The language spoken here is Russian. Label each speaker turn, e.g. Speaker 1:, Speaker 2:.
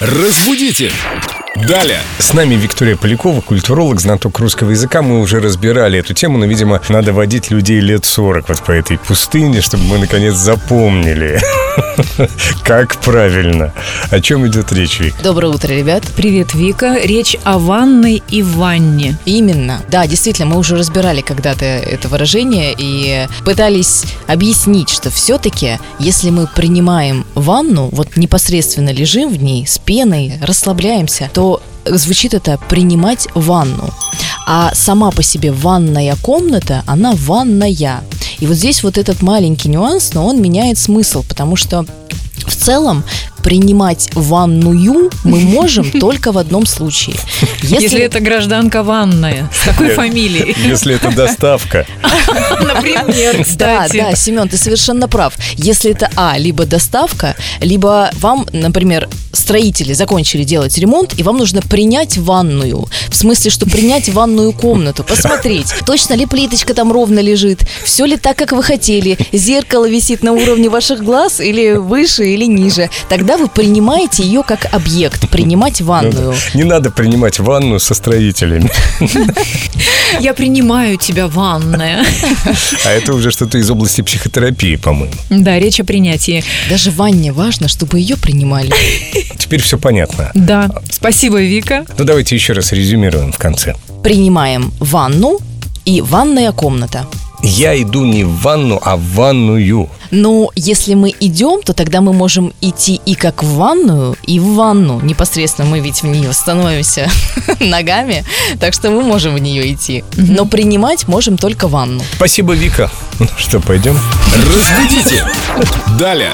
Speaker 1: Разбудите! Далее.
Speaker 2: С нами Виктория Полякова, культуролог, знаток русского языка. Мы уже разбирали эту тему, но, видимо, надо водить людей лет 40 вот по этой пустыне, чтобы мы, наконец, запомнили, как правильно. О чем идет речь, Вик?
Speaker 3: Доброе утро, ребят.
Speaker 4: Привет, Вика. Речь о ванной и ванне.
Speaker 3: Именно. Да, действительно, мы уже разбирали когда-то это выражение и пытались объяснить, что все-таки, если мы принимаем ванну, вот непосредственно лежим в ней с пеной, расслабляемся, то звучит это «принимать ванну». А сама по себе ванная комната, она ванная. И вот здесь вот этот маленький нюанс, но он меняет смысл, потому что в целом принимать ванную мы можем только в одном случае.
Speaker 4: Если, это гражданка ванная. С какой
Speaker 2: Нет.
Speaker 4: фамилией?
Speaker 2: Если это доставка.
Speaker 4: Например,
Speaker 3: Да,
Speaker 4: кстати.
Speaker 3: да, Семен, ты совершенно прав. Если это А, либо доставка, либо вам, например, строители закончили делать ремонт, и вам нужно принять ванную. В смысле, что принять ванную комнату, посмотреть, точно ли плиточка там ровно лежит, все ли так, как вы хотели, зеркало висит на уровне ваших глаз или выше, или ниже. Тогда вы принимаете ее как объект, принимать ванную.
Speaker 2: ну, Не надо принимать ванну со строителями.
Speaker 4: Я принимаю тебя, ванная.
Speaker 2: А это уже что-то из области психотерапии, по-моему.
Speaker 4: Да, речь о принятии.
Speaker 3: Даже в ванне важно, чтобы ее принимали.
Speaker 2: Теперь все понятно.
Speaker 4: Да. Спасибо, Вика.
Speaker 2: Ну, давайте еще раз резюмируем в конце.
Speaker 3: Принимаем ванну и ванная комната.
Speaker 2: Я иду не в ванну, а в ванную.
Speaker 3: Но если мы идем, то тогда мы можем идти и как в ванную, и в ванну. Непосредственно мы ведь в нее становимся ногами, так что мы можем в нее идти. Но принимать можем только ванну.
Speaker 2: Спасибо, Вика. Ну что, пойдем?
Speaker 1: Разбудите! Далее.